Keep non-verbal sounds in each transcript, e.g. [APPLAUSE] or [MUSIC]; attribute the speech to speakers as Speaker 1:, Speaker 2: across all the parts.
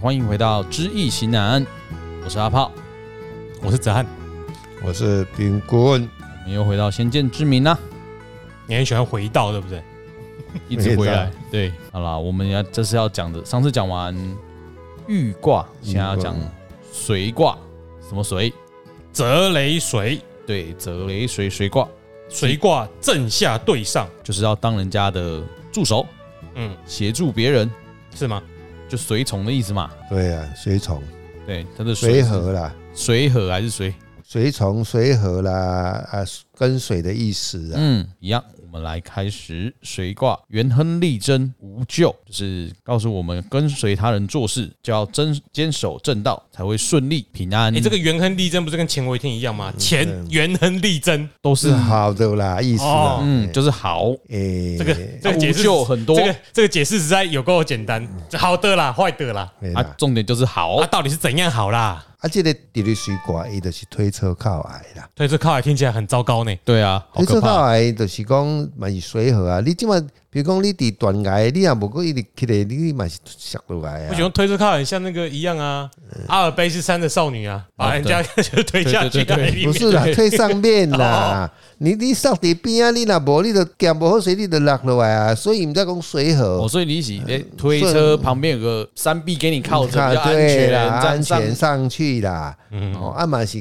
Speaker 1: 欢迎回到知易行难，我是阿炮，
Speaker 2: 我是子翰。
Speaker 3: 我是冰棍，
Speaker 1: 我们又回到先见之明啦，
Speaker 2: 你很喜欢回到，对不对？
Speaker 1: 一直回来
Speaker 3: 没。
Speaker 1: 对，好啦，我们要这次要讲的，上次讲完玉卦，现在要讲
Speaker 3: 玉卦
Speaker 1: 随卦，什么随？
Speaker 2: 泽雷水，
Speaker 1: 对，泽雷随随卦，
Speaker 2: 水卦正下对上，
Speaker 1: 就是要当人家的助手，
Speaker 2: 嗯，
Speaker 1: 协助别人，
Speaker 2: 是吗？
Speaker 1: 就随从的意思嘛。
Speaker 3: 对啊，随从、
Speaker 1: 对，它的
Speaker 3: 随
Speaker 1: 是
Speaker 3: 和啦，
Speaker 1: 随和还是随？
Speaker 3: 随从、随和啦，啊，跟随的意思啊。
Speaker 1: 嗯，一样。我们来开始随卦，元亨利贞，无咎，就是告诉我们跟随他人做事，就要真坚守正道，才会顺利平安。
Speaker 2: 哎你、这个元亨利贞不是跟乾为天一样吗？
Speaker 3: 嗯
Speaker 2: 乾元亨利贞，
Speaker 1: 都
Speaker 3: 是
Speaker 1: 是
Speaker 3: 好的啦，意思啊
Speaker 2: 哦，
Speaker 1: 嗯，就是好。
Speaker 3: 诶，
Speaker 2: 这个这个
Speaker 1: 无
Speaker 2: 解释
Speaker 1: 咎很多
Speaker 2: 这个这个解释实在有够简单，
Speaker 3: 嗯
Speaker 2: 好的啦，坏的啦，
Speaker 3: 对
Speaker 1: 啊
Speaker 3: 啦，
Speaker 1: 重点就是好
Speaker 2: 啊，。到底是怎样好啦？
Speaker 3: 啊，这个地理水卦，伊就是推车靠矮啦，
Speaker 2: 所以这靠海听起来很糟糕呢。
Speaker 1: 对啊，好
Speaker 3: 推
Speaker 1: 可
Speaker 3: 车靠
Speaker 1: 怕。
Speaker 3: 矮就是讲嘛是随和啊。你即嘛，比如讲你伫断崖，你也无过一直起来，你嘛是摔落来
Speaker 2: 我
Speaker 3: 啊嗯
Speaker 2: 喜。欢推这靠海，像那个一样啊，阿尔卑斯山的少女啊，把人家 [LAUGHS] 就推下去
Speaker 1: 哦对对对
Speaker 2: 海
Speaker 1: 对
Speaker 2: 里
Speaker 3: 不
Speaker 2: 面。
Speaker 1: [LAUGHS]
Speaker 3: 是啦，推上面
Speaker 1: 哦
Speaker 3: 啦，你你摔伫边啊，你若无你就行无好水，你就落落来啊。所以毋才讲随和。
Speaker 1: 哦，所以你喜诶，推车旁边有个山壁给你靠着，比较安
Speaker 3: 对
Speaker 1: 全，
Speaker 3: 啦，
Speaker 1: 站
Speaker 3: 安
Speaker 1: 上嗯
Speaker 3: 全上去啦。哦，啊嘛是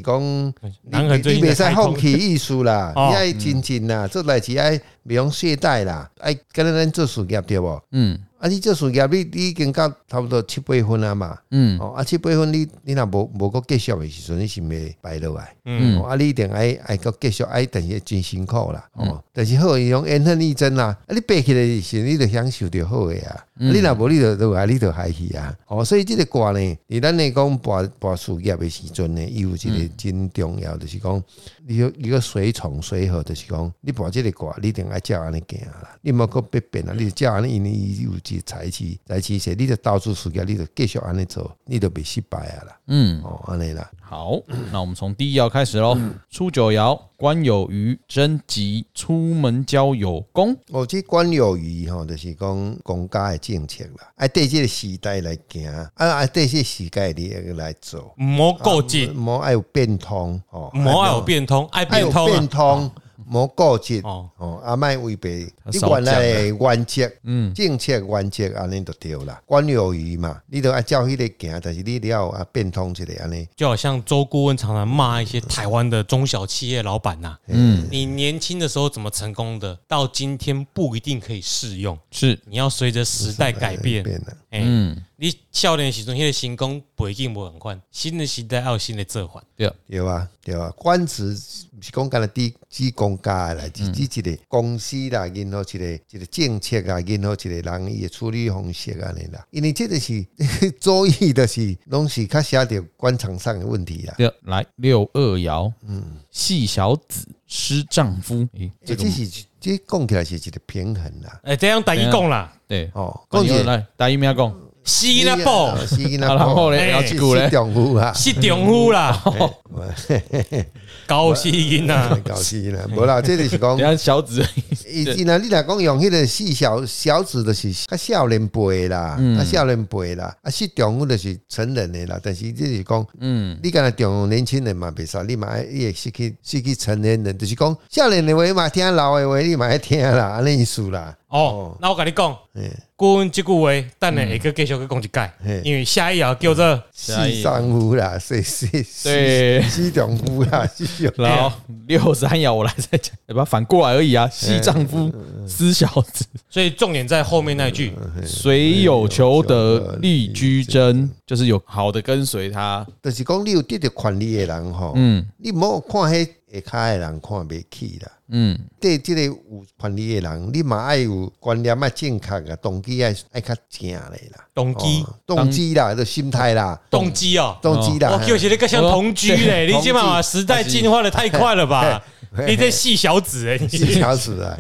Speaker 2: [LAUGHS]
Speaker 3: 讲，
Speaker 2: 南横最
Speaker 3: 你
Speaker 2: 近在
Speaker 3: 使
Speaker 2: 开
Speaker 3: 放
Speaker 2: 通
Speaker 3: 弃艺术啦，
Speaker 2: [LAUGHS] 哦
Speaker 3: 你爱真真啦，做代志爱袂用懈怠啦，爱跟咱做事业对无？
Speaker 1: 嗯
Speaker 3: 啊，你做事业你你已经到差不多七八分啊嘛。
Speaker 1: 嗯
Speaker 3: 哦，啊七八分你你若无无个继续的时阵，你是袂败落来。
Speaker 2: 嗯
Speaker 3: 哦，啊你一定爱爱个继续爱，但是真辛苦啦。哦，但是好伊用缘分力争啦，啊你爬起来的时候，你就享受着好诶啊。啊你若无你就落来，你就害去啊。哦，所以即个歌呢，伫咱来讲跋跋事业的时阵呢，伊有一个真重要，就是讲你要一个随从随和，就是讲你跋即个歌，你一定爱照安尼行啦。你莫个别变啊，你就照安尼，因为伊有一个才气，才气势，你就到处事业，你就继续安尼做，你就袂失败啊啦。
Speaker 1: 嗯，
Speaker 3: 哦，安尼啦。
Speaker 1: 好，那我们从第一爻开始喽。初九爻，官有余，贞吉，出门交友功。
Speaker 3: 哦，即管有余吼，就是讲公家的政策啦，啊，对即个时代来行，啊啊，对即个时代你来做，
Speaker 2: 魔够紧，
Speaker 3: 无爱有变通哦，
Speaker 2: 魔爱有变通，爱
Speaker 3: 爱
Speaker 2: 变
Speaker 3: 有
Speaker 2: 通啊
Speaker 3: 变。通，无固执
Speaker 2: 哦
Speaker 3: 哦，啊，莫违背
Speaker 1: 哦他
Speaker 3: 你
Speaker 1: 少讲
Speaker 3: 原来
Speaker 1: 啊
Speaker 3: 的原则，嗯，政策原则安尼就对啦，管有余嘛，你都按照迄个行，但是你了啊变通一下安尼，
Speaker 2: 就好像周顾问常常骂一些台湾的中小企业老板呐、
Speaker 1: 嗯，
Speaker 2: 你年轻的时候怎么成功的，到今天不一定可以适用，
Speaker 1: 是，
Speaker 2: 你要随着时代改变。
Speaker 3: 变啦，
Speaker 2: 哎、
Speaker 1: 嗯，
Speaker 2: 你少年的时阵，迄个成功不一定无人款，新的时代要有新的做法。
Speaker 1: 对，
Speaker 3: 对啊，对啊，官职是讲干若滴指公家的啦，指
Speaker 1: 嗯
Speaker 3: 指一个公司啦，然后一个一个政策啊，然后一个人伊的处理方式安尼啦，因为这个是 [LAUGHS] 左翼的是拢是较写着官场上的问题啦。
Speaker 1: 对，来六二爻，嗯，系小子，失丈夫。诶，
Speaker 3: 这
Speaker 1: 这个
Speaker 3: 这是这讲起来是一个平衡啦。
Speaker 2: 哎、这样等一共啦，
Speaker 1: 对，
Speaker 3: 哦，
Speaker 1: 那
Speaker 3: 讲
Speaker 1: 你
Speaker 3: 起
Speaker 1: 又
Speaker 3: 来，
Speaker 1: 来，大一喵讲，
Speaker 2: 西拉布
Speaker 3: 是那
Speaker 1: 啊然后
Speaker 3: 咧，
Speaker 1: 嘞，
Speaker 2: 哎
Speaker 1: 要
Speaker 3: 是
Speaker 1: 几股嘞
Speaker 3: 是，丈夫啊，
Speaker 2: 是丈夫啦，高兴
Speaker 3: [LAUGHS]
Speaker 2: 呐，
Speaker 3: 搞死啦，
Speaker 1: [LAUGHS]
Speaker 3: 无啦，这就是
Speaker 1: 等
Speaker 3: 讲
Speaker 1: 一。下小子，
Speaker 3: 以前啊，你若讲用迄个四小小子，就是较少年辈的啦，
Speaker 1: 嗯
Speaker 3: 较少年辈的啦，啊，是中午就是成人的啦。但是这是讲，
Speaker 1: 嗯，
Speaker 3: 你敢若中午年轻人嘛袂使，你嘛爱伊会失去失去成年人，就是讲少年的话嘛听，老的话你嘛爱听啦， [LAUGHS] 安尼意思啦。
Speaker 2: 哦，那我跟你讲，
Speaker 3: 嗯，
Speaker 2: 顾问这句话，等下会个继续去讲一解，
Speaker 3: 嘿
Speaker 2: 因为下一爻叫做
Speaker 3: 四
Speaker 1: 下一
Speaker 3: 丈夫啦，四四四
Speaker 1: 啊对，
Speaker 3: 四丈夫啦，四小
Speaker 1: 然后六三爻我来再讲，把它反过来而已啊。系丈夫，失小子，
Speaker 2: 所以重点在后面那一
Speaker 3: 嗯
Speaker 2: 句，
Speaker 1: 虽有求得，利居贞，就是有好的跟随他。
Speaker 3: 就是讲你有得到权利的人吼，
Speaker 1: 嗯
Speaker 3: 你唔好看迄下骹的人看袂起啦。
Speaker 1: 嗯。
Speaker 3: 对即个有权利的人，你嘛爱有观念啊，正确啊，动机爱爱较正咧啦，
Speaker 2: 动机。
Speaker 3: 哦动机啦，就心态啦，
Speaker 2: 动机哦。
Speaker 3: 动机啊嗯啦
Speaker 2: 我。叫一个像同居
Speaker 3: [LAUGHS]
Speaker 2: 嘞，
Speaker 3: 对
Speaker 2: 你今嘛时代进化的太快了吧？
Speaker 3: 嘿嘿
Speaker 2: 你这细小子哎，
Speaker 3: 四
Speaker 2: 你
Speaker 3: 小时啊，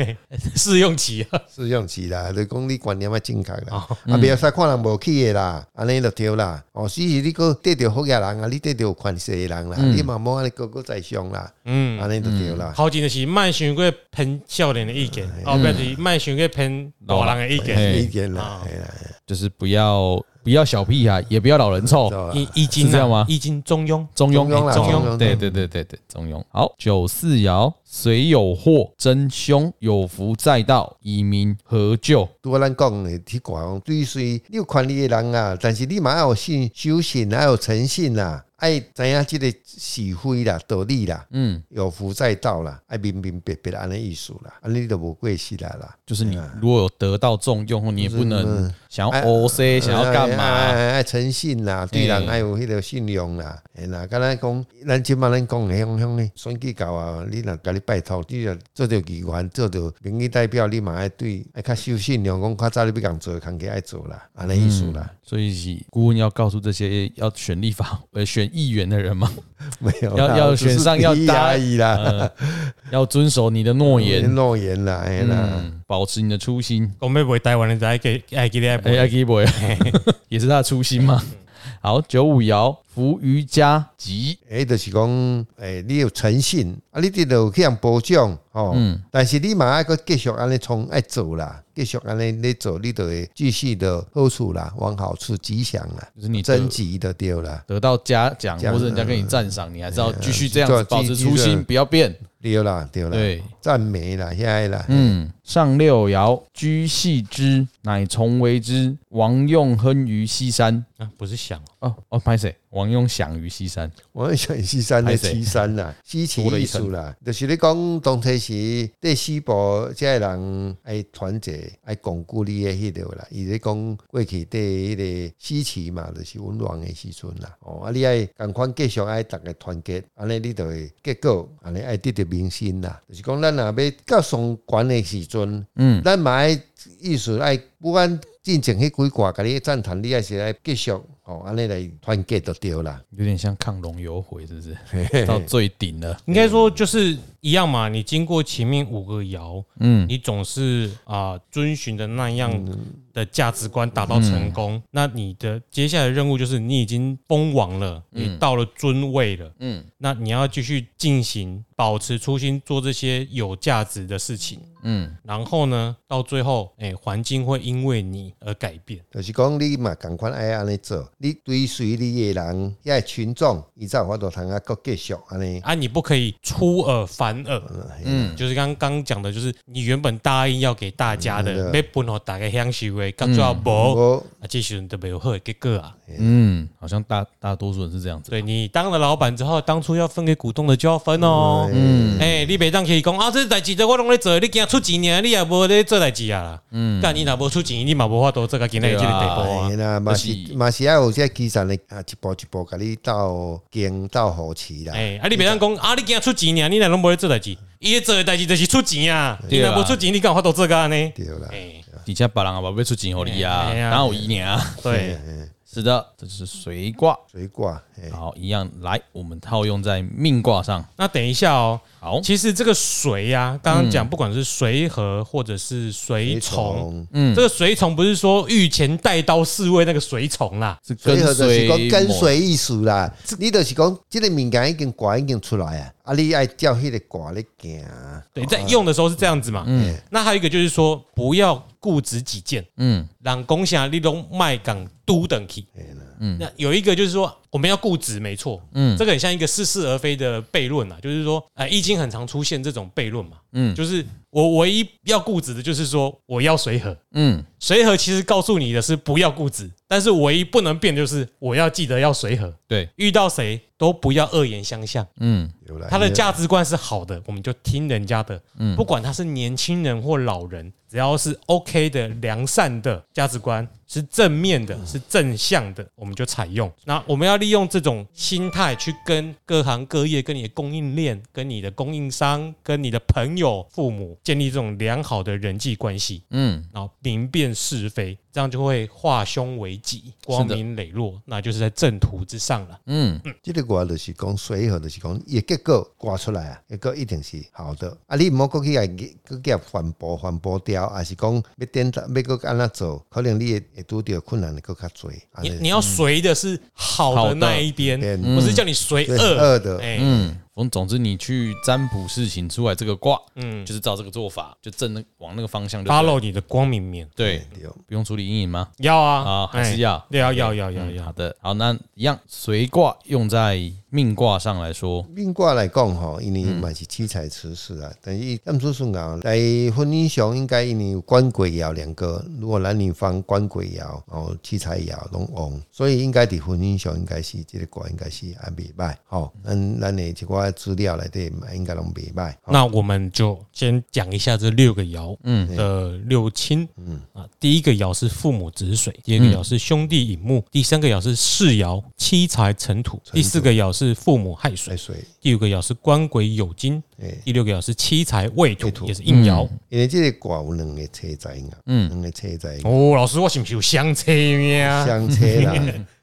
Speaker 2: 试用期
Speaker 3: [LAUGHS]
Speaker 2: 啊，
Speaker 3: 四用期啦，就讲你观念啊正确
Speaker 2: 哦
Speaker 3: 啦，
Speaker 2: 嗯
Speaker 3: 啊，袂使看人无起的啦，安尼就对啦。哦，所以你个得着好嘅人啊，你得着有权势的人啦，你嘛莫安尼高高在上啦，
Speaker 2: 嗯，
Speaker 3: 安尼就对啦。
Speaker 2: 好紧的是慢想过偏少年的意
Speaker 3: 哎
Speaker 2: 见，哦，不是慢想过偏老人的意见，
Speaker 1: 嘿
Speaker 3: 意见啦，
Speaker 2: 啊
Speaker 3: 嘿啦
Speaker 1: 就是不要不要小屁孩，也不要老人臭。
Speaker 3: 哎
Speaker 2: 易易经
Speaker 1: 是这样吗
Speaker 2: 易经啊中庸，
Speaker 1: 中庸，哎
Speaker 3: 中庸啦
Speaker 1: 中
Speaker 3: 中
Speaker 1: 庸，
Speaker 3: 庸
Speaker 1: 对对对对对，中庸。好，九四爻，谁有祸真凶，有福在道，以民合救。
Speaker 3: 拄啊，咱讲的去讲，对谁你有权利的人啊，但是你嘛要有信、修行，要有诚信啦，爱知影即个是非啦、道理啦，
Speaker 1: 嗯，
Speaker 3: 有福在道啦，爱明明白白安尼意思啦，安尼都无过失啦啦。
Speaker 1: 就是你如果有得到重用，或你也不能想要 O C，想要干
Speaker 3: 哎
Speaker 1: 嘛？嗯
Speaker 3: 哎哎诚信啦，对人爱有迄个信用啦。哎啦，敢若讲，咱即摆咱讲的凶凶的选举到啊，你若甲你拜托，你若做着议员，做着民意代表，你嘛爱对爱较守信用，讲较早你要共做，工课爱做啦，安尼意思啦。
Speaker 1: 所以是顾问要告诉这些要选立法、呃选议员的人嘛， [LAUGHS]
Speaker 3: 没有
Speaker 1: 要
Speaker 3: 啦
Speaker 1: 要
Speaker 3: 我只是
Speaker 1: 选上要
Speaker 3: 提议
Speaker 1: 搭
Speaker 3: 而已啦，嗯
Speaker 1: 呃，要遵守你的诺言，
Speaker 3: 诺言啦，哎啦，
Speaker 1: 嗯，保持你的初心。
Speaker 2: 我们不会台湾人在给爱给你爱
Speaker 1: 哎，g i b o y [LAUGHS] 也是他的初心嘛。好，九五爻，福于家吉，
Speaker 3: 哎，就是讲，哎，你有诚信，啊，你得有去人保障，哦，
Speaker 1: 嗯
Speaker 3: 但是你嘛爱个继续安尼从爱做啦，继续安尼你做，你就会继续的好处啦，往好处吉祥啦，
Speaker 1: 就是你的
Speaker 3: 征集的对啦，
Speaker 1: 得到嘉奖
Speaker 3: 奖
Speaker 1: 或者人家给你赞赏，你还是要继续这样
Speaker 3: 对
Speaker 1: 子
Speaker 3: 啊
Speaker 1: 保持初
Speaker 3: 继续这
Speaker 1: 心，
Speaker 3: 样
Speaker 1: 不要变。
Speaker 3: 对啦，对啊啦，
Speaker 1: 对，
Speaker 3: 赞美啦，现在啦，
Speaker 1: 嗯，上六爻，居系之，乃从为之。王用亨于西山。
Speaker 2: 啊，不是想
Speaker 1: 哦哦，拍谁？王用享于西山。
Speaker 3: 我很喜欢西山的
Speaker 1: 还是
Speaker 3: 西山
Speaker 1: [LAUGHS]
Speaker 3: 啦，西奇
Speaker 1: 多了一
Speaker 3: 艺术啦，就是你讲当初时对西部这些人爱团结，爱巩固你的迄条啦。伊咧讲过去对迄个西奇嘛，就是温暖的时阵啦。哦，啊，你爱共款继续爱逐个团结，安尼你就会结果，安尼爱得到民心啦。就是讲咱若要到上悬的时阵，
Speaker 1: 嗯，
Speaker 3: 咱嘛爱意思爱不管。进前迄几卦，甲你赞叹，你也是爱继续哦，安尼来团结就对啦。
Speaker 1: 有点像亢龙有悔，是不是？到最顶了。
Speaker 2: 应该说就是一样嘛。你经过前面五个爻，
Speaker 1: 嗯，
Speaker 2: 你总是啊、遵循的那样的价值观达到成功，
Speaker 1: 嗯
Speaker 2: 那你的接下来的任务就是你已经封王了，你到了尊位了，
Speaker 1: 嗯
Speaker 2: 嗯，那你要继续进行，保持初心，做这些有价值的事情。
Speaker 1: 嗯，
Speaker 2: 然后呢，到最后，哎、环境会因为你而改变。
Speaker 3: 就是讲你嘛，共款爱安尼做，你追随你的人，遐群众，伊才有法度通啊，搁继续安尼。
Speaker 2: 啊，你不可以出尔反尔，嗯，就是刚刚讲的，就是你原本答应要给大家的，被不能打开享受的，到最后无，
Speaker 3: 我
Speaker 2: 啊，这时候都没有好的结果啊。
Speaker 1: 嗯，好像大大多数人是这样子。
Speaker 2: 对你当了老板之后，当初要分给股东的就要分哦。嗯，哎，你别当可以讲啊，这代志我拢在做，你今出钱啊呢，你也无在做代志啊啦。嗯，但你若无出钱，你嘛无法度做到今天这个地步啊
Speaker 3: 哎。啦，嘛
Speaker 1: 就是
Speaker 3: 是嘛是要有这基层的啊，一步一步甲你到经到扶持啦。
Speaker 2: 哎，啊，你别当讲啊，你今出钱呢，你若拢无在做代志，伊在做的代志就是出钱啊。你
Speaker 1: 对啦
Speaker 2: 若无出钱，你敢有法度做到呢？
Speaker 3: 对啦，
Speaker 2: 哎，
Speaker 1: 底下把人啊，宝贝出锦猴狸啊，
Speaker 2: 哎呀
Speaker 1: 然后姨娘啊。
Speaker 2: 对，
Speaker 1: 是的，这就是随卦。
Speaker 3: 水挂，哎
Speaker 2: 啊
Speaker 1: 好，一样来，我们套用在命卦上。
Speaker 2: 那等一下哦。
Speaker 1: 好，
Speaker 2: 其实这个水呀、刚刚讲不管是水河或者是水虫，嗯这个水虫不是说御前带刀侍卫那个水虫啦，
Speaker 1: 是
Speaker 3: 所
Speaker 1: 跟
Speaker 3: 以就是
Speaker 1: 随
Speaker 3: 讲跟
Speaker 1: 某
Speaker 3: 随意思啦。你就是讲，即个物件已经挂已经出来啊，啊，你爱照迄个挂咧行啊。
Speaker 2: 对，在用的时候是这样子嘛。嗯，那还有一个就是说，不要固执己见，
Speaker 1: 嗯
Speaker 2: 让攻下立东卖港都等起。嗯，那有一个就是说，我们要固执，没错。嗯，这个很像一个似是而非的悖论啊，就是说，呃，易经很常出现这种悖论嘛。
Speaker 1: 嗯
Speaker 2: 嗯，就是我唯一要固执的就是说，我要随和。
Speaker 1: 嗯
Speaker 2: 随和其实告诉你的是不要固执，但是唯一不能变就是我要记得要随和，
Speaker 1: 对
Speaker 2: 遇到谁都不要恶言相向。
Speaker 1: 嗯
Speaker 3: 对啦
Speaker 2: 他的价值观是好的，我们就听人家的，不管他是年轻人或老人，只要是 OK 的、良善的价值观，是正面的、是正向的，我们就采用。那我们要利用这种心态去跟各行各业、跟你的供应链、跟你的供应商、跟你的朋友、父母建立这种良好的人际关系。
Speaker 1: 嗯，
Speaker 2: 然后明辨是非，这样就会化凶为吉，光明磊落，那就是在正途之上了。
Speaker 1: 嗯，
Speaker 3: 即个我就是讲水和，就是讲伊结果挂出来啊，结果一定是好的。啊，你毋好过去啊，过去啊反驳反驳掉，还是讲要点要个安怎做，可能你会会拄着困难的更较多。
Speaker 2: 你你要随的是好的那一边，
Speaker 3: 嗯
Speaker 2: 不是叫你随
Speaker 3: 对
Speaker 2: 恶。
Speaker 1: 嗯
Speaker 3: 恶的，
Speaker 2: 哎，
Speaker 1: 总总之，你去占卜事情出来这个卦，
Speaker 2: 嗯
Speaker 1: 就是照这个做法，就正那往那个方向就对了
Speaker 2: ，follow 你的光明面，
Speaker 1: 对，
Speaker 3: 对
Speaker 1: 不用处理阴影吗？
Speaker 2: 要啊
Speaker 1: 啊，还是要
Speaker 2: 哎要要要要
Speaker 1: 嗯好
Speaker 2: 要，
Speaker 1: 的，好，那一样随卦用在命卦上来说，
Speaker 3: 命卦来讲吼，因为嘛是七彩出世啊，但是占出顺啊，在婚姻上应啊该因为有官鬼爻两个，如果男女方官鬼爻哦七彩爻拢旺，所以应该伫婚姻上应该是这个卦应该是还袂歹吼，咱咱的一寡资料内底嘛应该拢袂歹。吼
Speaker 2: 那我们就先讲一下这六个爻
Speaker 1: 嗯
Speaker 2: 的六亲，嗯啊，第一个爻是父母子水，第二个爻是兄弟引木，第三个爻是世爻七财成土，第四个爻是父母亥
Speaker 3: 来
Speaker 2: 水，
Speaker 3: 水，
Speaker 2: 第五个爻是官鬼酉金，
Speaker 3: 诶，
Speaker 2: 第六个爻是七财未
Speaker 3: 未
Speaker 2: 土，
Speaker 3: 土
Speaker 2: 也是应爻。
Speaker 3: 因为这个卦有两个车仔啊，
Speaker 1: 嗯
Speaker 3: 两个车仔。
Speaker 2: 哦，老师，我是不是有相车呀？
Speaker 3: 相车啦，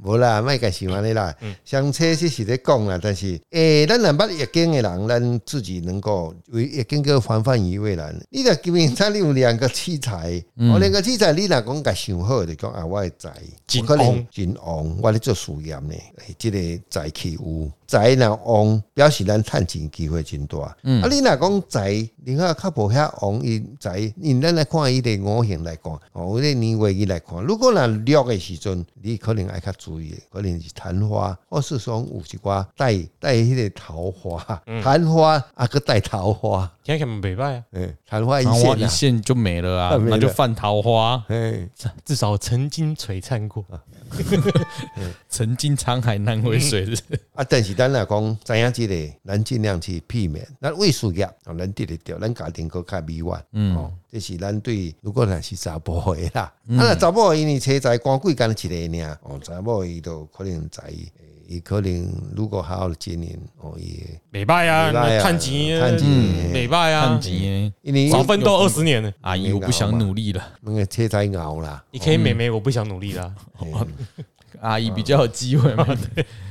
Speaker 3: 无啦，莫甲想安尼啦。相车是是咧讲啦，但是诶、咱若捌易经的人，咱自己能够为易经个防范于未然。你若基本 [LAUGHS] 上你有两个器材，哦，两个器材你若讲甲想好，就讲啊，我会财
Speaker 2: 真
Speaker 3: 有可能
Speaker 2: 旺
Speaker 3: 真旺，我咧做事业呢，诶，即、个财气有财若旺，表示咱趁钱机会真大。啊，你若讲财，另外较无遐旺，伊财，因咱来看伊的五行来看，哦，迄个年月日来看，如果若绿的时阵，你可能爱较注意的，可能是昙花，或是说有一寡带带迄个桃花，昙花啊，个带桃花，
Speaker 2: 听起来袂歹啊，
Speaker 3: 嗯，昙花一
Speaker 1: 然后我
Speaker 3: 现
Speaker 1: 一
Speaker 3: 啊，
Speaker 1: 线就没了啊，
Speaker 3: 没了
Speaker 1: 那就犯桃花，
Speaker 3: 嘿，
Speaker 2: 至少曾经璀璨过。
Speaker 3: 啊
Speaker 1: 曾经沧海难为水是不是
Speaker 3: 啊，但是咱若讲知影即个，咱尽量去避免。咱为事业，哦，咱得得着，咱家庭搁较美满。嗯，哦，这是咱对如果若是查甫的啦，啊，若查某的因为车财官贵干一个尔，哦，查某伊都可能在，伊可能如果好好地经营，哦，伊会
Speaker 2: 袂歹啊，
Speaker 3: 袂歹啊
Speaker 2: 那看钱
Speaker 3: 看钱
Speaker 2: 嗯袂歹啊
Speaker 1: 看，急耶
Speaker 3: 因为
Speaker 2: 少奋斗二十
Speaker 3: 嗯
Speaker 2: 年了。
Speaker 1: 阿姨，我不想努力了，
Speaker 3: 那个车财熬啦，
Speaker 2: 你可以美美，我不想努力啦。
Speaker 3: 嗯
Speaker 1: 阿姨比较有机会嘛。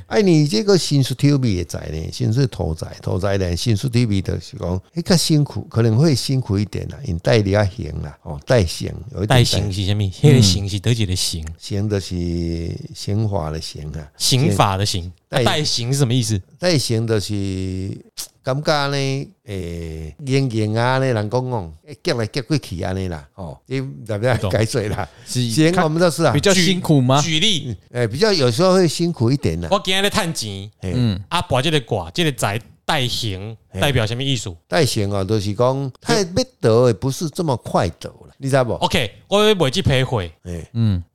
Speaker 3: 哎，你这个薪水 T V 的债呢，薪水土债，土债呢，薪水 T V 就是讲，迄较辛苦，可能会辛苦一点啦，因带你啊行啦，哦，带行，有一点
Speaker 2: 带刑是什么？
Speaker 3: 嗯
Speaker 2: 迄个刑是得几个刑？
Speaker 3: 刑就是刑法的刑啊，
Speaker 2: 刑法的刑。
Speaker 3: 带
Speaker 2: 啊带刑是什么意思？
Speaker 3: 代刑就是感觉呢，诶、严严啊呢，人讲讲，夹来夹过去安尼啦，哦，你怎么样改水啦？
Speaker 1: [LAUGHS] 是
Speaker 3: 刑我们都是啊嗯
Speaker 1: 比，较辛苦吗？
Speaker 2: 举例，
Speaker 3: 诶、比较有时候会辛苦一点啊啦。
Speaker 2: 我今日咧趁钱，
Speaker 1: 嗯，
Speaker 2: 啊，把这个卦，这个财带刑，代表什么意思
Speaker 3: 代刑啊，就是讲太要得的不是这么快得了，你知道不？
Speaker 1: 哦
Speaker 2: ？OK，我要袂去赔悔，
Speaker 3: 诶、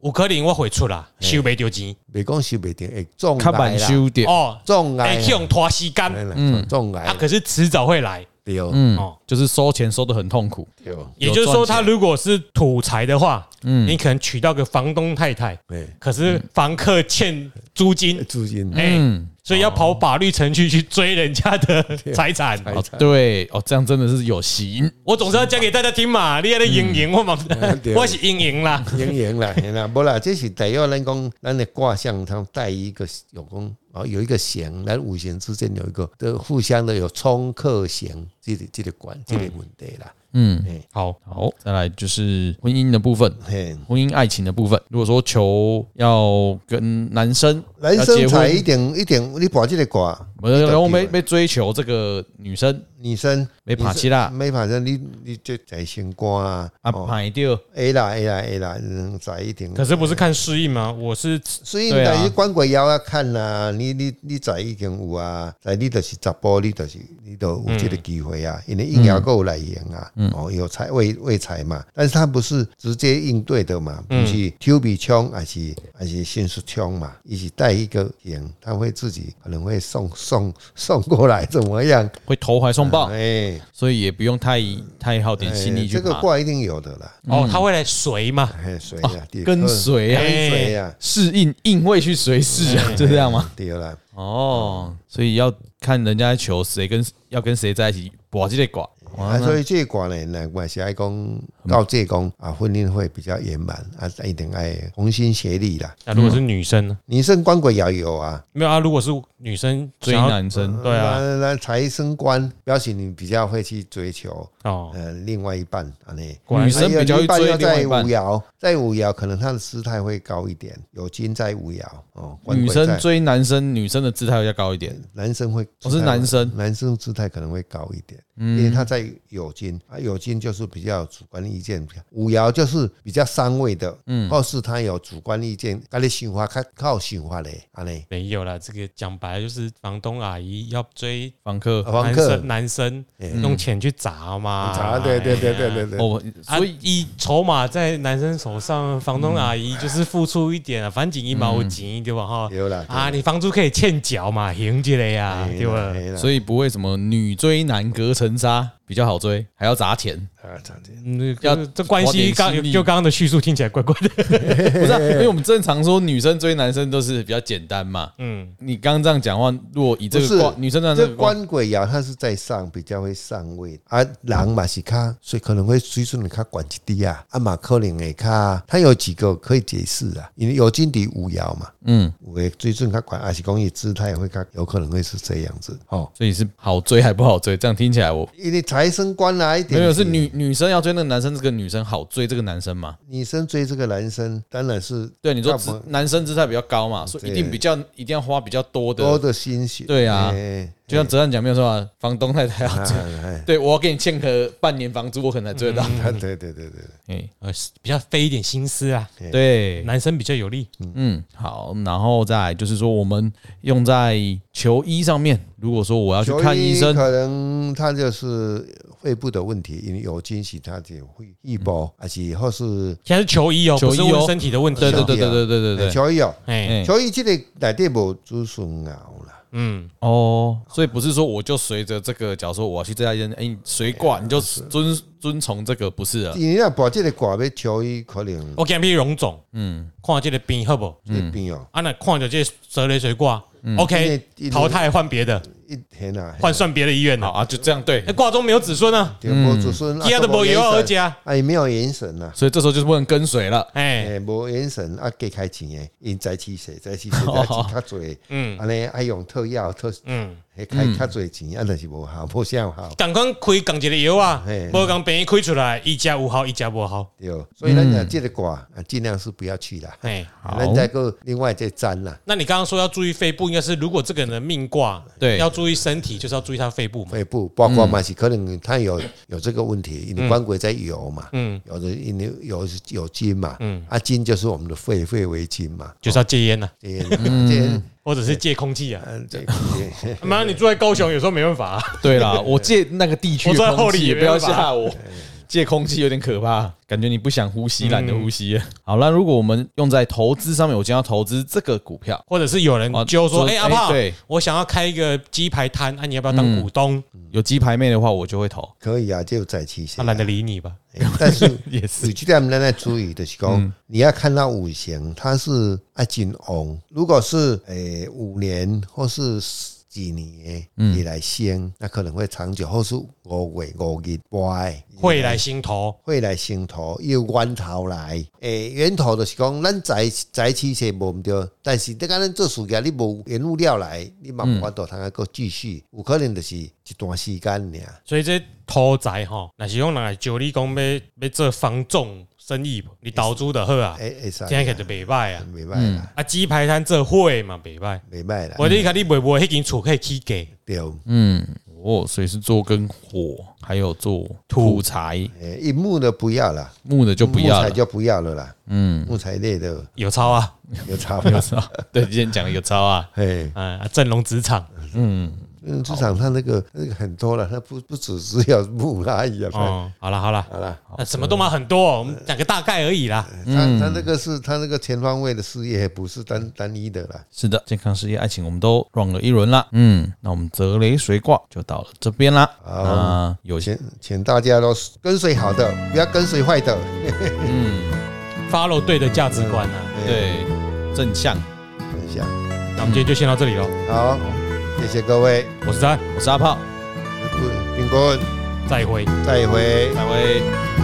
Speaker 2: 有可能我会出啦，收袂到钱，
Speaker 3: 袂讲收袂定，会中
Speaker 1: 看
Speaker 3: 来
Speaker 1: 板
Speaker 3: 啦，
Speaker 1: 修点，
Speaker 2: 哦，
Speaker 3: 中来
Speaker 2: 会去
Speaker 3: 啦，
Speaker 2: 用拖时间，
Speaker 3: 嗯，中来
Speaker 2: 啊，
Speaker 3: 啦，
Speaker 2: 可是迟早会来。
Speaker 3: 对
Speaker 1: 嗯
Speaker 2: 哦，
Speaker 1: 就是收钱收的很痛苦，
Speaker 3: 对，
Speaker 2: 也就是说，
Speaker 1: 有赚
Speaker 2: 他
Speaker 1: 钱
Speaker 2: 如果是土财的话，嗯，你可能娶到个房东太太，
Speaker 3: 诶、
Speaker 2: 可是
Speaker 1: 嗯
Speaker 2: 房客欠租金，
Speaker 3: 租金
Speaker 2: 哎，所以要跑法律程序去追人家的 [LAUGHS] 财产。
Speaker 1: 哦，对，哦，这样真的是有型，
Speaker 2: 我总是要讲给大家听嘛，你
Speaker 1: 嗯
Speaker 2: 还在赢赢我嘛，
Speaker 3: 对
Speaker 2: 我是赢赢啦。
Speaker 3: [LAUGHS] 阴影啦，嘿啦，无啦，这是第一咱讲咱的卦象，它带一个有功，哦，有一个弦，咱五行之间有一个的互相的有冲克弦，这个这个关，这个问题啦，
Speaker 1: 嗯，
Speaker 3: 嘿，
Speaker 2: 好，
Speaker 1: 好，再来就是婚姻的部分，
Speaker 3: 嘿，
Speaker 1: 婚姻爱情的部分，如果说求要跟男生
Speaker 3: 人
Speaker 1: 要结
Speaker 3: 生才
Speaker 1: 婚
Speaker 3: 一点一点，你把这个卦，
Speaker 1: 我然后没没追求这个女生，
Speaker 3: 女生
Speaker 1: 没爬起啦，
Speaker 3: 没反正你你这财星官啊，
Speaker 1: 啊，
Speaker 3: 嗯哦
Speaker 1: 买掉，
Speaker 3: ，A 啦 A 啦 A 啦，嗯，才一点。
Speaker 2: 可是不是看适应吗？我是
Speaker 3: 所以
Speaker 1: 对啊
Speaker 3: 但是官鬼要要看啦、你你你在已经有啊，在你就是直播，你就是你都有这个机会
Speaker 1: 嗯
Speaker 3: 啊，因为应爻够来赢啊，哦有财为为财嘛，但是他不是直接应对的嘛，
Speaker 1: 嗯
Speaker 3: 不是 Q B 枪还是还是迅速枪嘛，一起带一个赢，他会自己可能会送送送过来怎么样？
Speaker 1: 会投怀送抱，
Speaker 3: 哎，
Speaker 1: 所以也不用太太耗点哦心
Speaker 3: 哎
Speaker 1: 力去
Speaker 3: 这个
Speaker 1: 爬，
Speaker 3: 卦一定有的啦，
Speaker 1: 嗯
Speaker 2: 哦，他会来随嘛，
Speaker 3: 哎谁呀？第二
Speaker 1: 哦跟随啊，
Speaker 3: 跟随啊，
Speaker 1: 适应应会去随事
Speaker 3: 哎
Speaker 1: 啊， [LAUGHS] 就这样吗？
Speaker 3: 对啦，
Speaker 1: 哦，所以要看人家求谁跟要跟谁在一起，我这个卦，
Speaker 3: 啊，所以这一卦呢，难怪是爱讲到这讲啊，婚姻会比较圆满啊，一定爱同心协力啦。
Speaker 2: 那如果是女生
Speaker 1: 嗯
Speaker 2: 呢？
Speaker 3: 女生官鬼也有啊，
Speaker 2: 没有啊，如果是女生
Speaker 1: 追嗯
Speaker 2: 想要
Speaker 1: 男
Speaker 3: 呃
Speaker 1: 生，
Speaker 2: 对啊
Speaker 3: 那那财生观，表示你比较会去追求
Speaker 2: 哦，
Speaker 3: 呃另外一半啊，那
Speaker 2: 果然
Speaker 1: 女生比较去追
Speaker 3: 要
Speaker 1: 另外
Speaker 3: 在
Speaker 1: 一
Speaker 3: 五
Speaker 1: 半，
Speaker 3: 爻，在五爻可能他的姿态会高一点，有金在五爻哦，官
Speaker 1: 女
Speaker 3: 鬼
Speaker 1: 生
Speaker 3: 在
Speaker 1: 追男生，女生的姿态会较高一点。
Speaker 3: 男生会，
Speaker 1: 哦是男生
Speaker 3: 男生姿态可能会高一点，因为他在酉金啊，酉金就是比较有主观意见，比较五爻就是比较上位的，嗯，或是他有主观意见，他的想法较靠想法嘞，安尼，
Speaker 2: 没有啦，这个讲白了就是房东阿姨要追
Speaker 1: 房客，
Speaker 3: 房
Speaker 2: 男
Speaker 3: 客
Speaker 2: 生，啊男生
Speaker 3: 哎
Speaker 2: 用钱去砸嘛，
Speaker 3: 查啊对对对对
Speaker 2: 哎呀
Speaker 3: 对对，
Speaker 1: 哦，
Speaker 2: 啊
Speaker 1: 所以，
Speaker 2: 以筹码在男生手上，房东阿姨就是付出一点啊，反正一毛钱对吧？哈
Speaker 3: 有啦，
Speaker 2: 啊，你房租可以欠缴嘛，行起来呀，
Speaker 3: 嘿
Speaker 2: 对啊
Speaker 3: 啦
Speaker 2: 吧？
Speaker 3: 嘿啦
Speaker 1: 所以不会什么女追男隔层纱比较好追，还要砸
Speaker 3: [LAUGHS]
Speaker 1: 钱。
Speaker 3: 啊，这样子
Speaker 2: 嗯，
Speaker 1: 要
Speaker 2: 这这关系
Speaker 1: 花
Speaker 2: 刚
Speaker 1: 点心力
Speaker 2: 就刚刚的叙述听起来怪怪的，
Speaker 1: 不是啊、因为我们正常说女生追男生都是比较简单嘛。
Speaker 2: 嗯，
Speaker 1: 你刚刚这样讲话，如果以这
Speaker 3: 不是
Speaker 1: 个卦，女生的这
Speaker 3: 这
Speaker 1: 个卦，
Speaker 3: 官鬼爻它是在上，比较会上位，啊，人嘛是较，所以可能会水准会较管一滴啊，啊嘛可能会较，它有几个可以解释啊，因为有金底五爻嘛，
Speaker 1: 嗯，
Speaker 3: 有的水准较管，还是讲伊姿态会较，有可能会是这样子，哦，
Speaker 1: 所以是好追还不好追？这样听起来我
Speaker 3: 因为财生官来一
Speaker 1: 没
Speaker 3: 点，
Speaker 1: 有是女女生要追那个男生，这个女生好追这个男生嘛？
Speaker 3: 女生追这个男生，当然是
Speaker 1: 对，你说
Speaker 3: 要
Speaker 1: 姿
Speaker 3: 不哦
Speaker 1: 男生姿态比较高嘛，所以一定比较一定要花比较多
Speaker 3: 多
Speaker 1: 的。
Speaker 3: 的心血，
Speaker 1: 对啊
Speaker 3: 哎
Speaker 1: 就像哲翰讲没有错啊，房东太太要
Speaker 3: 啊
Speaker 1: 追，
Speaker 3: 哎，
Speaker 1: 对我要给你欠个半年房租，我可能才追得到。 [LAUGHS]
Speaker 3: 啊对对对对，
Speaker 1: 嗯哎，
Speaker 2: [LAUGHS] 呃，比较费一点心思啊，
Speaker 1: 对，
Speaker 2: 男生比较有力，
Speaker 1: 嗯，好，然后再来就是说我们用在求医上面，如果说啊我要去
Speaker 3: 求
Speaker 1: 看医生，
Speaker 3: 可能他就是肺部的问题，因为有惊喜，他就会易爆，
Speaker 1: 嗯
Speaker 3: 而且或是
Speaker 2: 现在是求医哦，
Speaker 1: 求
Speaker 2: 不
Speaker 1: 医
Speaker 2: 是
Speaker 1: 哦
Speaker 2: 问身体的问题
Speaker 1: 对对
Speaker 2: 哦，
Speaker 1: 对对对对对对，
Speaker 3: 求医哦，
Speaker 2: 哎，
Speaker 1: 哎
Speaker 3: 求医这个内底无子孙熬啦，
Speaker 2: 嗯，
Speaker 1: 哦，所以不是说我就随着这个，假如说我要去这家医院，哎，你随卦你就遵遵从这个，不是啊？
Speaker 3: 因为那把这个挂要求医，可能
Speaker 2: 我今日荣总
Speaker 1: 嗯，
Speaker 2: 看这个病好不好？
Speaker 3: 这病哦，
Speaker 2: 啊，那看着这蛇雷水卦，OK，
Speaker 3: 因为
Speaker 2: 淘汰换别的，
Speaker 1: 嗯
Speaker 3: 一天啊，
Speaker 2: 换算别的医院
Speaker 1: 好
Speaker 2: 了。
Speaker 1: 啊，就这样对
Speaker 2: 那。卦中没有子孙啊，
Speaker 3: 对无子孙，
Speaker 2: 其他嗯都无
Speaker 3: 没
Speaker 2: 有而家，
Speaker 3: 哎，没有眼神呐。
Speaker 1: 所以这时候就是不能跟随了。
Speaker 2: 哎，
Speaker 3: 哎，无眼神啊，加开钱诶，因早起洗，早起洗，
Speaker 1: 哦
Speaker 3: 早起较侪，
Speaker 2: 嗯
Speaker 3: 安尼爱用特药，特
Speaker 2: 嗯，
Speaker 3: 迄开较侪钱，啊，但是无效，无啥效。
Speaker 2: 赶快开同一个药啊
Speaker 3: 嘿，
Speaker 2: 无共病开出来，一家有效，一家无效，
Speaker 3: 对，所以咱讲这个卦啊，尽量是不要去啦。
Speaker 2: 哎。
Speaker 1: 好
Speaker 3: 咱再个另外再占啦，
Speaker 2: 那你刚刚说要注意肺部，应该是如果这个人的命卦，
Speaker 1: 对
Speaker 2: 要注意身体，就是要注意他肺部嘛。
Speaker 3: 肺部包括嘛是可能他有有这个问题，因为官鬼在有嘛，
Speaker 2: 嗯，
Speaker 3: 有的因为有有金嘛，
Speaker 2: 嗯
Speaker 3: 啊金就是我们的肺，肺为金嘛，
Speaker 2: 就是嗯要戒烟呐、
Speaker 3: 这些这
Speaker 2: 或者是戒空气啊。
Speaker 3: 呃这这
Speaker 2: 妈，你住在高雄，有时候没办法、啊。
Speaker 1: 对啦，我借那个地区
Speaker 2: 我
Speaker 1: 的
Speaker 2: 在后
Speaker 1: 空
Speaker 2: 里
Speaker 1: 气，
Speaker 2: 也
Speaker 1: 不
Speaker 2: 没
Speaker 1: 要
Speaker 2: 办法
Speaker 1: 吓我。借空气有点可怕，感觉你不想呼吸，懒得呼吸了。好，那如果我们用在投资上面，我今天要投资这个股票，
Speaker 2: 或者是有人
Speaker 1: 哦
Speaker 2: 就说：“
Speaker 1: 说
Speaker 2: 哎、
Speaker 1: 哎
Speaker 2: 阿炮，
Speaker 1: 对嗯
Speaker 2: 我想要开一个鸡排摊，啊，你要不要当股东
Speaker 1: 有鸡排妹的话，我就会投。
Speaker 3: 可以啊，就在期？”
Speaker 2: 他
Speaker 3: 限。
Speaker 2: 懒得理你吧。
Speaker 3: 哎但是
Speaker 1: 也是
Speaker 3: 有这点咱要注意的是讲，你要看到五行，它是爱金旺。如果是诶五年或是十几年你来生，那可能会长久，或是五月五日拜
Speaker 2: 会来心头，
Speaker 3: 会来生头，要源头来。诶、源头就是讲，咱在在起是无毋对，但是你讲咱做事业，你无原物料来，你嘛无法度通啊个继续，有可能就是一段时间尔。
Speaker 2: 所以这土宅吼，那是用来招你讲要要做房仲生意，你投资的好啊，
Speaker 3: 诶、哎会使
Speaker 2: 现在可就袂歹啊。
Speaker 3: 袂歹啦，
Speaker 2: 啊，鸡排摊做会嘛袂歹，
Speaker 3: 袂歹啦，
Speaker 2: 我你看你卖卖迄间厝可以起价，
Speaker 3: 对。
Speaker 1: 嗯，哦，所以是做跟火，还有做土财，
Speaker 3: 诶、一木的不要了，
Speaker 1: 木的就不要
Speaker 3: 木材
Speaker 1: 了。
Speaker 3: 就不要了啦。
Speaker 1: 嗯，
Speaker 3: 木材类的
Speaker 2: 有超啊，
Speaker 3: 有差
Speaker 1: 有
Speaker 3: 别。 [LAUGHS]
Speaker 1: 招，对，今天讲了有招啊。
Speaker 3: 哎，
Speaker 2: 嗯，啊振龙职场，
Speaker 1: 嗯，
Speaker 3: 嗯，市场上那个那个很多了，它不不只只有木而已啊。
Speaker 2: 哦，好了好了，
Speaker 3: 好了，
Speaker 2: 那啊什么都嘛很多哦，我们讲个大概而已啦。
Speaker 1: 嗯
Speaker 3: 它它那个是它那个全方位的事业，不是单单一的啦。
Speaker 1: 是的，健康、事业、爱情，我们都 run 了一轮啦。嗯，那我们泽雷水卦就到了这边啦。
Speaker 3: 好
Speaker 1: 那有些
Speaker 3: 请请大家都跟随好的，不要跟随坏的。
Speaker 1: 嗯，
Speaker 2: follow 对的价值观啊。
Speaker 3: 哎
Speaker 1: 对，正向，
Speaker 3: 等一下，
Speaker 2: 那我们今天就先到这里喽。
Speaker 3: 好，谢谢各位，嗯
Speaker 2: 我是詹，
Speaker 1: 我是阿炮，
Speaker 3: 苹果
Speaker 2: 再会。
Speaker 3: 再会。
Speaker 1: 拜拜。